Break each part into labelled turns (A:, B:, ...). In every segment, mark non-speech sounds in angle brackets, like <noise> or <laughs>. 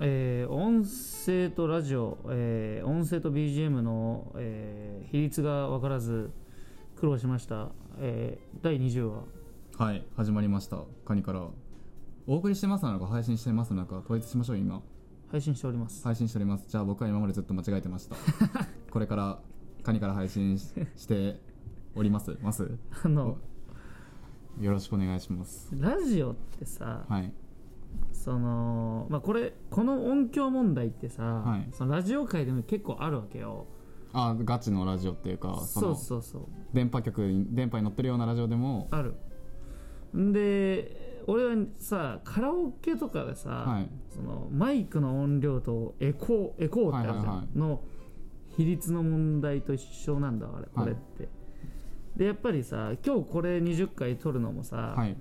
A: えー音声とラジオ、えー音声と BGM の、えー比率が分からず苦労しました、えー第20話
B: はい始まりましたカニからお送りしてますなのか配信してますなのか統一しましょう今
A: 配信しております <laughs>
B: 配信しておりますじゃあ僕は今までずっと間違えてましたこれからカニから配信ししておりますます
A: あの
B: およろしくお願いします
A: ラジオってさ、
B: はい
A: そのまあ、これこの音響問題ってさ、
B: はい
A: そのラジオ界でも結構あるわけよ
B: あガチのラジオっていうか
A: そう
B: の
A: そうそう
B: 電波局に電波に乗ってるようなラジオでも
A: あるんで俺はさカラオケとかでさ、
B: はい
A: そのマイクの音量とエコーエコーってあるじゃん、
B: はいはいは
A: の比率の問題と一緒なんだあれこ
B: はい
A: れって、でやっぱりさ今日これ20回撮るのもさ、
B: はい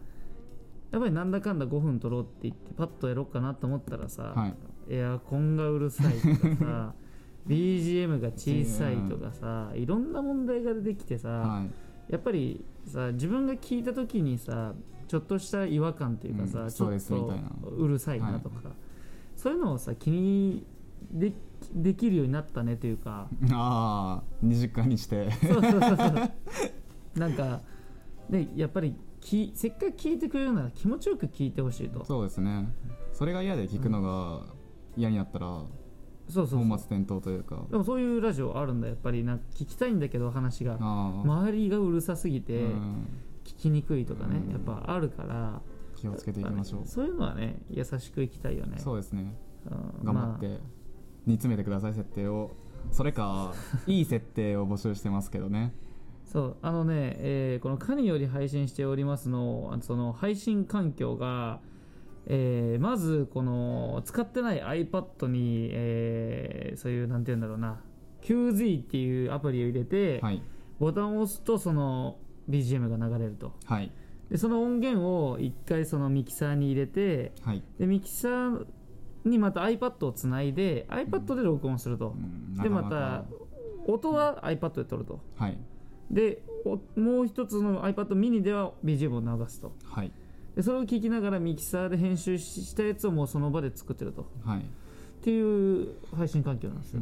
A: やっぱりなんだかんだ5分撮ろうって言ってパッとやろうかなと思ったらさ、
B: はい
A: エアコンがうるさいとか
B: <laughs>
A: さ BGM が小さいとかさいろんな問題が出てきてさ、
B: はい
A: やっぱりさ自分が聞いた時にさちょっとした違和感というかさ、
B: うん
A: ちょ
B: そうで
A: っ
B: すみ
A: と
B: たいな
A: うるさいなとか、そういうのをさ気にできできるようになったねというか
B: <laughs> ああ20回
A: <laughs>
B: にして
A: そうそうそうそうなんかねやっぱりきせっかく聞いてくれるなら気持ちよく聞いてほしいと
B: そうですねそれが嫌で聞くのが嫌になったら
A: そうそうそう
B: 本末転倒というか
A: でもそういうラジオあるんだやっぱりなんか聞きたいんだけど話が
B: ああ、
A: 周りがうるさすぎて
B: うん
A: 聞きにくいとかね、
B: うん
A: やっぱあるから
B: 気をつけていきましょう、
A: そういうのはね優しくいきたいよね
B: そうですね
A: うん
B: 頑張って
A: ま
B: 煮詰めてください設定をそ
A: <laughs>
B: れかいい設定を募集してますけどね
A: あそうあのね、えーこの「カニより配信しておりますの」あのその配信環境が、えーまずこの使ってない iPad に、えーそういうなんて言うんだろうな QZ っていうアプリを入れて、
B: はい
A: ボタンを押すとその BGM が流れると
B: はい
A: でその音源を一回そのミキサーに入れて
B: はい、
A: でミキサーにまた iPad をつないで iPad で録音すると、
B: うん
A: で
B: な
A: ま
B: かなか
A: た音は iPad で撮ると
B: はい
A: でおもう一つの iPad mini では BGM を流すと
B: はい
A: でそれを聞きながらミキサーで編集ししたやつをもうその場で作ってるとっ
B: はい
A: ていう配信環境なんですよ、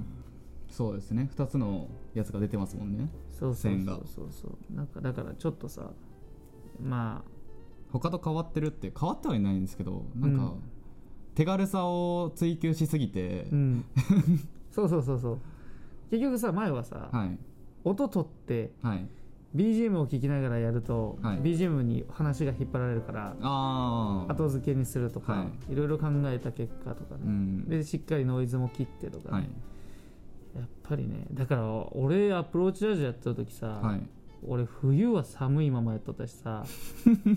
B: そうですね2つのやつが出てますもんね
A: そうそう
B: 線
A: そ
B: が
A: うそうそうなんかだからちょっとさま
B: 他と変わってるって変わってはいないんですけどなんか、
A: うん
B: 手軽さを追求しすぎて
A: あ、うん、 <laughs> そうそうそうそう結局さ前はさ、
B: はい
A: 音取って
B: はい、
A: BGM を聴きながらやると、
B: はい
A: BGM に話が引っ張られるから
B: ああ
A: 後付けにするとか、、
B: はい
A: ろいろ考えた結果とかね、
B: うん
A: でしっかりノイズも切ってとかね、
B: はい
A: やっぱりねだから俺アプローチラジオやってた時さ、
B: はい
A: 俺冬は寒いままやっとったし
B: <laughs>
A: さ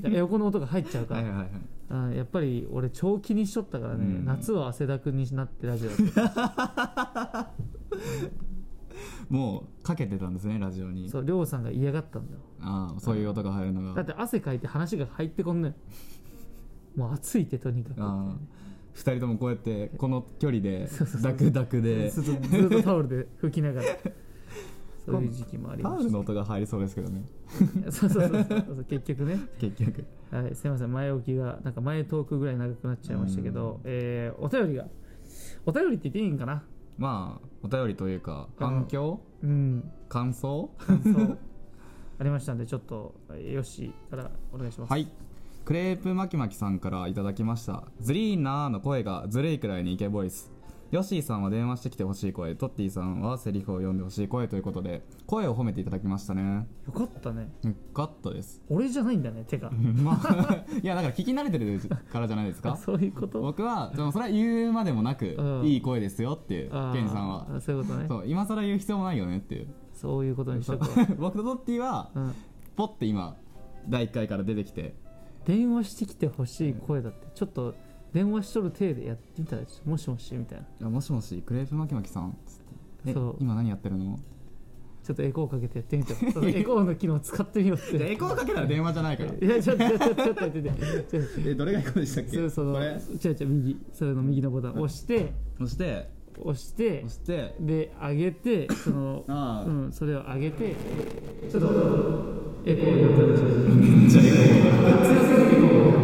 A: エアコンの音が入っちゃうか
B: はいはい
A: ら
B: はい
A: うんやっぱり俺長期にしとったからね、
B: うん
A: 夏は汗だくになってラジオやってた
B: もうかけてたんですねラジオに
A: そう亮さんが嫌がったんだよ
B: ああそういう音が入るの
A: だ
B: が
A: って汗かいて話が入ってこんねんもう暑いってとにかく
B: あ2人ともこうやってこの距離で
A: そうそうそう
B: ダクダクで
A: ずっとずっとタオルで拭きな
B: <laughs>
A: がらそういう時期もあり
B: タ
A: ま
B: オ
A: し
B: ルの音が入りそうですけどね
A: たそうそうそうそう結局ね
B: 結局
A: はい、すみません前置きがなんか前トークぐらい長くなっちゃいましたけど、えーお便りがお便りって言っていいんかな
B: まあお便りというか反響
A: うん
B: 感想
A: 感
B: <laughs>
A: 想ありましたんでちょっとよしからお願いします、
B: はいクレープまきまきさんからいただきましたズリーナーの声がずるいくらいにイケボイスヨッシーさんは電話してきてほしい声トッティさんはセリフを読んでほしい声ということで声を褒めていただきましたね
A: よかったね
B: よかったです
A: 俺じゃないんだね手が
B: まあいやだから聞き慣れてるからじゃないです
A: <laughs>
B: か
A: そういうこと
B: 僕はでもそれは言うまでもなく、
A: うん
B: いい声ですよっていう
A: あー
B: ケンジさんは
A: そういうことねそう
B: そう今更言う必要もないよねっていう
A: いうことにしとこ
B: <laughs> 僕とトッティは
A: う、うん、
B: ポッて今第1回から出てきて
A: 電話してきてほしい声だってちょっと電話しとる体でやってみたらもしもしみたいな
B: 「いやもしもしクレープまきまきさん」つってえ
A: そう
B: 今何やって
A: <laughs>
B: るの?
A: ちょっとエコーかけてやってみてよ
B: <laughs>
A: そのエコーの機能使ってみよう」っ
B: いや
A: て
B: エコーかけたら電話じゃな
A: <laughs>
B: いから
A: いやちょっとちょっとちょっと待ってちょっと
B: えどれがエコーでしたっけ
A: そうそ
B: こ
A: の違
B: れ
A: う違う右それの右のボタン押して
B: そして
A: 押して
B: そして
A: で上げてその
B: あ
A: う
B: あ、
A: んそれを上げてちょっとエコーやったら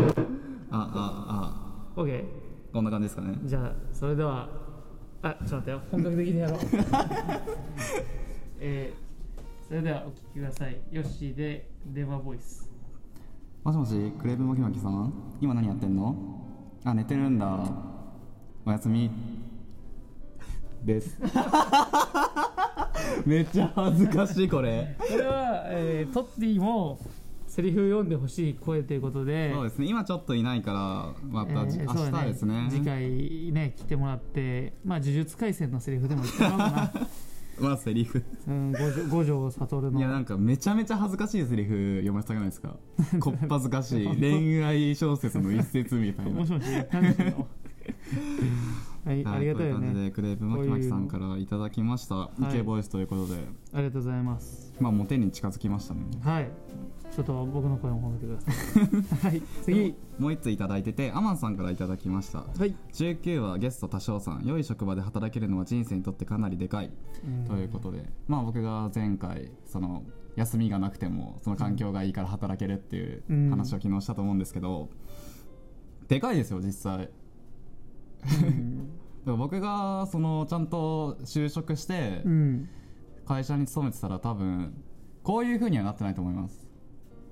B: ああああ
A: OK
B: こんな感じですかね
A: じゃあそれではあちょっと待ってよ本格的にやろう <laughs> えー、それではお聞きくださいヨッシーで電話ボイス
B: もしもしクレープマキマキさん今何やってんのあ寝てるんだおやすみです <laughs> めっちゃ恥ずかしいこれ
A: これは、えー、トッティもセリフ読んでほしい声ということで
B: そうですね今ちょっといないからま
A: え
B: たじ、
A: ーそう
B: 明
A: だ
B: 日ですね
A: 次回ね来てもらってまあ呪術廻戦のセリフでも言ってもらおうかな
B: まあセリフ
A: うん五条五条悟の
B: いやなんかめちゃめちゃ恥ずかしいセリフ読ませたくないで
A: <laughs>
B: すかこっぱずかしい恋愛小説の一節みたいな
A: もしもし何してんのはい、
B: <laughs> はい
A: <laughs> ありがたいよ
B: こういう感じ
A: ね
B: でクレープマキマキさんからいただきました
A: い
B: イケボイスということで、
A: ありがとうございます
B: まあモテに近づきましたね
A: はいちょっと僕の声も褒めてくだ
B: <laughs>
A: さいはい次
B: もう一ついただいててアマンさんからいただきました
A: はい、
B: 19はゲスト多少さん良い職場で働けるのは人生にとってかなりでかいということで、まあ僕が前回その休みがなくてもその環境がいいから働けるっていう
A: うん
B: 話を昨日したと思うんですけど、でかいですよ実際だか
A: うん
B: ら僕がそのちゃんと就職して
A: うん
B: 会社に勤めてたら多分こういう風にはなってないと思います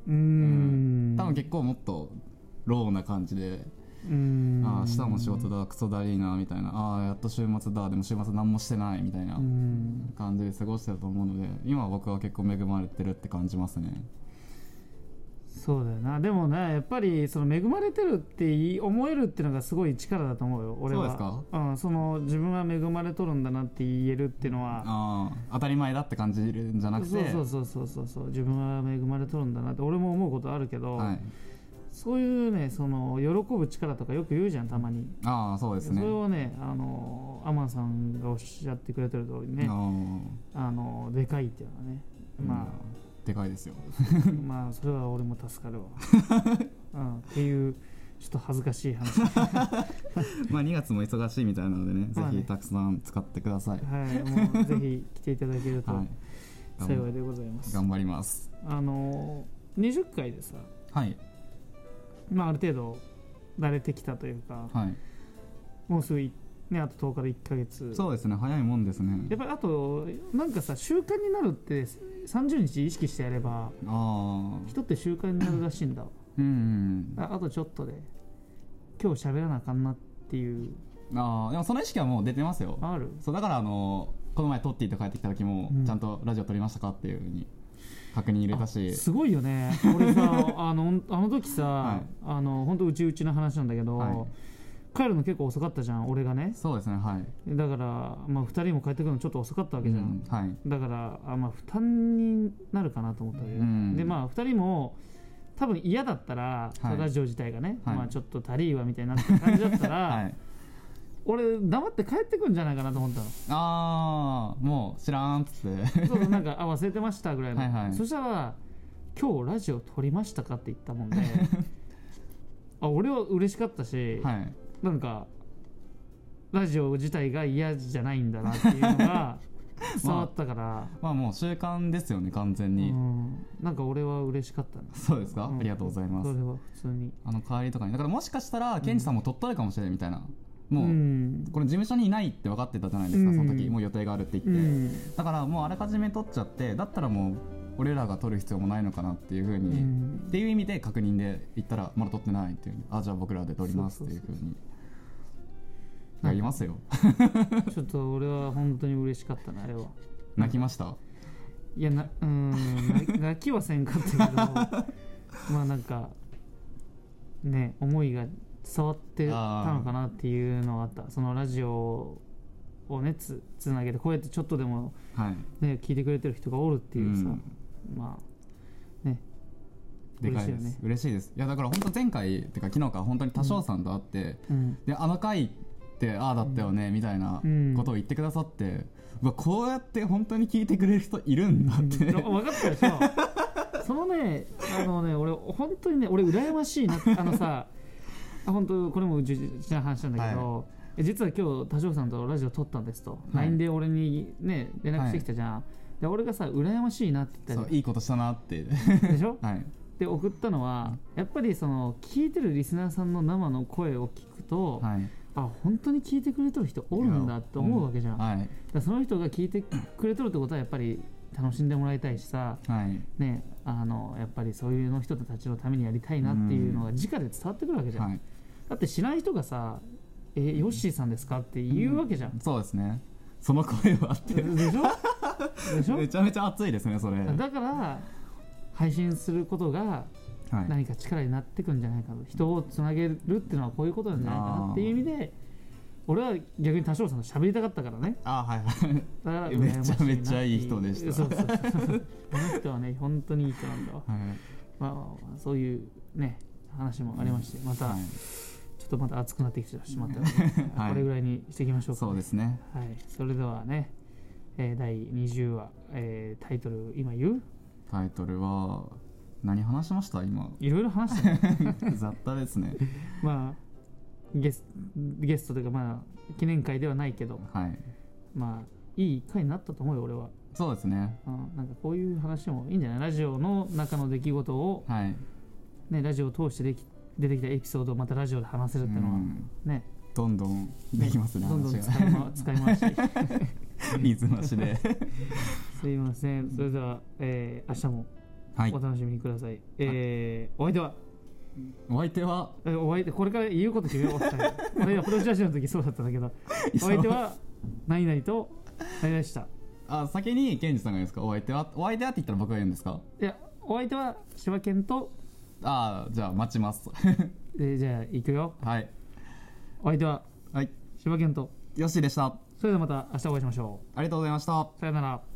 A: うーん
B: 多分結構もっとローな感じで、
A: うーん
B: ああ明日も仕事だクソだりーなみたいなああやっと週末だでも週末何もしてないみたいな
A: うん
B: 感じで過ごしてたと思うので今僕は結構恵まれてるって感じますね
A: そうだよなでもねやっぱりその恵まれてるってい思えるっていうのがすごい力だと思うよ俺は
B: そうですか
A: うん、その自分は恵まれとるんだなって言えるっていうのは
B: ああ当たり前だって感じるんじゃなくて
A: そうそうそうそうそうそう自分は恵まれとるんだなって俺も思うことあるけど、
B: はい、
A: そういうねその喜ぶ力とかよく言うじゃんたまに
B: ああそうですね
A: それをねあのアマンさんがおっしゃってくれてる通りね
B: あ
A: あ
B: あ
A: のでかいっていうのはねまあ
B: でかいですよ <laughs>
A: まあそれは俺も助かるわ、うん、っていうちょっと恥ずかしい話は
B: まあ2月も忙しいみたいなのでね、
A: まあね
B: ぜひたくさん使ってください、
A: いもうぜひ来ていただけると
B: はい、
A: 幸いでございます、
B: 頑張ります
A: あの20回でさ、
B: はい
A: まあ、ある程度慣れてきたというか
B: はい
A: もうすぐい、ね、あと10日で1ヶ月
B: そうですね早いもんですね
A: やっぱりあとなんかさ習慣になるって30日意識してやれば
B: ああ
A: 人って習慣になるらしいんだわ
B: うん
A: ああとちょっとで今日喋らなあかんなっていう
B: ああでもその意識はもう出てますよ
A: ある
B: そうだからあのこの前撮っていて帰ってきた時も、
A: うん
B: ちゃんとラジオ撮りましたかっていうふうに確認入れたし
A: すごいよ
B: <laughs>
A: ね俺さあのあの時さ、
B: はい
A: あの本当うちうちの話なんだけど、
B: はい
A: 帰るの結構遅かったじゃん俺がね
B: そうですねはい
A: だから、まあ、2人も帰ってくるのちょっと遅かったわけじゃん、
B: うんはい
A: だからあ、まあ、負担になるかなと思ったわけ、
B: うん
A: でまあ2人も多分嫌だったら
B: はい
A: 高橋自体がね、
B: はい
A: まあ、ちょっと足りーわみたいになった感じだったら、
B: <laughs> はい
A: 俺黙って帰ってくんじゃないかなと思ったの
B: ああもう知らんっつって
A: そうそうなんかあ忘れてましたぐらいの
B: はいはい
A: そしたら「今日ラジオ撮りましたか?」って言ったもん
B: <laughs>
A: であ俺は嬉しかったし、
B: はい
A: なんかラジオ自体が嫌じゃないんだなっていうの
B: <laughs>
A: が伝わったから、
B: まあもう習慣ですよね完全に、
A: うん、なんか俺は嬉しかったね
B: そうですか、
A: うん
B: ありがとうございます
A: それは普通に
B: あの帰りとかにだからもしかしたらケンジさんも撮っとるかもしれないみたいな、もう、
A: ん
B: この事務所にいないって分かってたじゃないですか、その時
A: うん
B: もう予定があるって言って、
A: うん
B: だからもうあらかじめ撮っちゃってだったらもう俺らが撮る必要もないのかなっていうふう
A: う
B: に、
A: ん
B: っていう意味で確認で言ったらまだ撮ってないっていうあじゃあ僕らで撮りますっていうふうに
A: そうそうそう
B: やりますよ
A: ちょっと俺は本当に嬉しかったなあれは
B: 泣きました
A: いやなうんな <laughs> 泣きはせんかったけ
B: <laughs>
A: どまあなんかね思いが伝わってたのかなっていうのはあったそのラジオをねつつなげてこうやってちょっとでも
B: はい
A: ね聞いてくれてる人がおるっていうさ、
B: うん
A: ま
B: でか
A: 嬉し
B: いです
A: いよね
B: 嬉しいですいやだから本当前回ってか昨日か本当に多少さんと会って、
A: あうん
B: であの回ってああだったよねみたいな
A: うん
B: ことを言ってくださって、うわこうやって本当に聞いてくれる人いるんだって、
A: うん分かったでしょ
B: <laughs>
A: そのねあのね俺本当にね俺羨ましいなあのさあ本当これもうちの話なんだけど、え実は今日田少さんとラジオ撮ったんですと、
B: い
A: LINE で俺にね連絡してきたじゃん、で俺がさ羨ましいなって言
B: そ
A: っ
B: ういいことしたなって
A: <laughs> たじゃんで
B: <laughs>
A: しょ
B: はい
A: で送ったのはやっぱりその聞いてるリスナーさんの生の声を聞くと、
B: はい
A: あ本当に聞いてくれとる人おるんだって思うわけじゃん、だか
B: はい
A: らその人が聞いてくれとるってことはやっぱり楽しんでもらいたいしさ
B: はい
A: ねあのやっぱりそういうの人たちのためにやりたいなっていうのが直で伝わってくるわけじゃん、
B: はい
A: だって知らない人がさ「えヨッシーさんですか?」って言うわけじゃん、
B: そうですねその声はあって
A: でしょ
B: <laughs>
A: でしょ
B: めちゃめちゃ熱いですねそれはい
A: だから配信することが何か力になってくんじゃないかと、人をつなげるっていうのはこういうことなんじゃないかなっていう意味で俺は逆に田代さんと喋りたかったからね
B: あはいはい
A: だから
B: めちゃめ
A: 羨ましなってう
B: ちゃいい人でした
A: そうそうそうこの人はね本当にいい人なんだわ、
B: はい
A: まあまあまあ、そういうね話もありましてまた、
B: はい
A: ちょっとまた熱くなってきてしまったので、
B: <laughs> はい
A: これぐらいにしていきましょうか
B: そうですね
A: はい、それではね、えー第20話、えータイトル今言う
B: タイトルは何話しました今 <laughs>
A: いろいろ話したね
B: 雑多ですね
A: まあゲスゲストというかまあ記念会ではないけど
B: はい
A: まあいい回になったと思うよ俺は、
B: そうですね
A: うん、なんかこういう話もいいんじゃないラジオの中の出来事を、
B: はい
A: ね、ラジオを通してでき出てきたエピソードをまたラジオで話せるっていうのは
B: うん
A: ね、
B: どんどんできますね
A: どんどん
B: 話
A: 使
B: が
A: い,、ま、使い回し
B: 水増
A: <laughs>
B: しで
A: すいませんそれでは、えー明日も
B: はい
A: お楽しみください、えーお相手は
B: お相手は
A: えお相手これから言うこと決めよう
B: <laughs>
A: 俺がプロジェクションの時そうだったんだけどお相手は何々と何々でした
B: あ先にケンジさんが言うんですかお相手はお相手はって言ったら僕が言うんですか
A: いやお相手は柴犬と、
B: ああじゃあ待ちます <laughs>
A: えーじゃあ行くよ
B: はい
A: お相手は
B: はい
A: 柴犬と
B: よしでした
A: それではまた明日お会いしましょ
B: ありがとうございました
A: うさよなら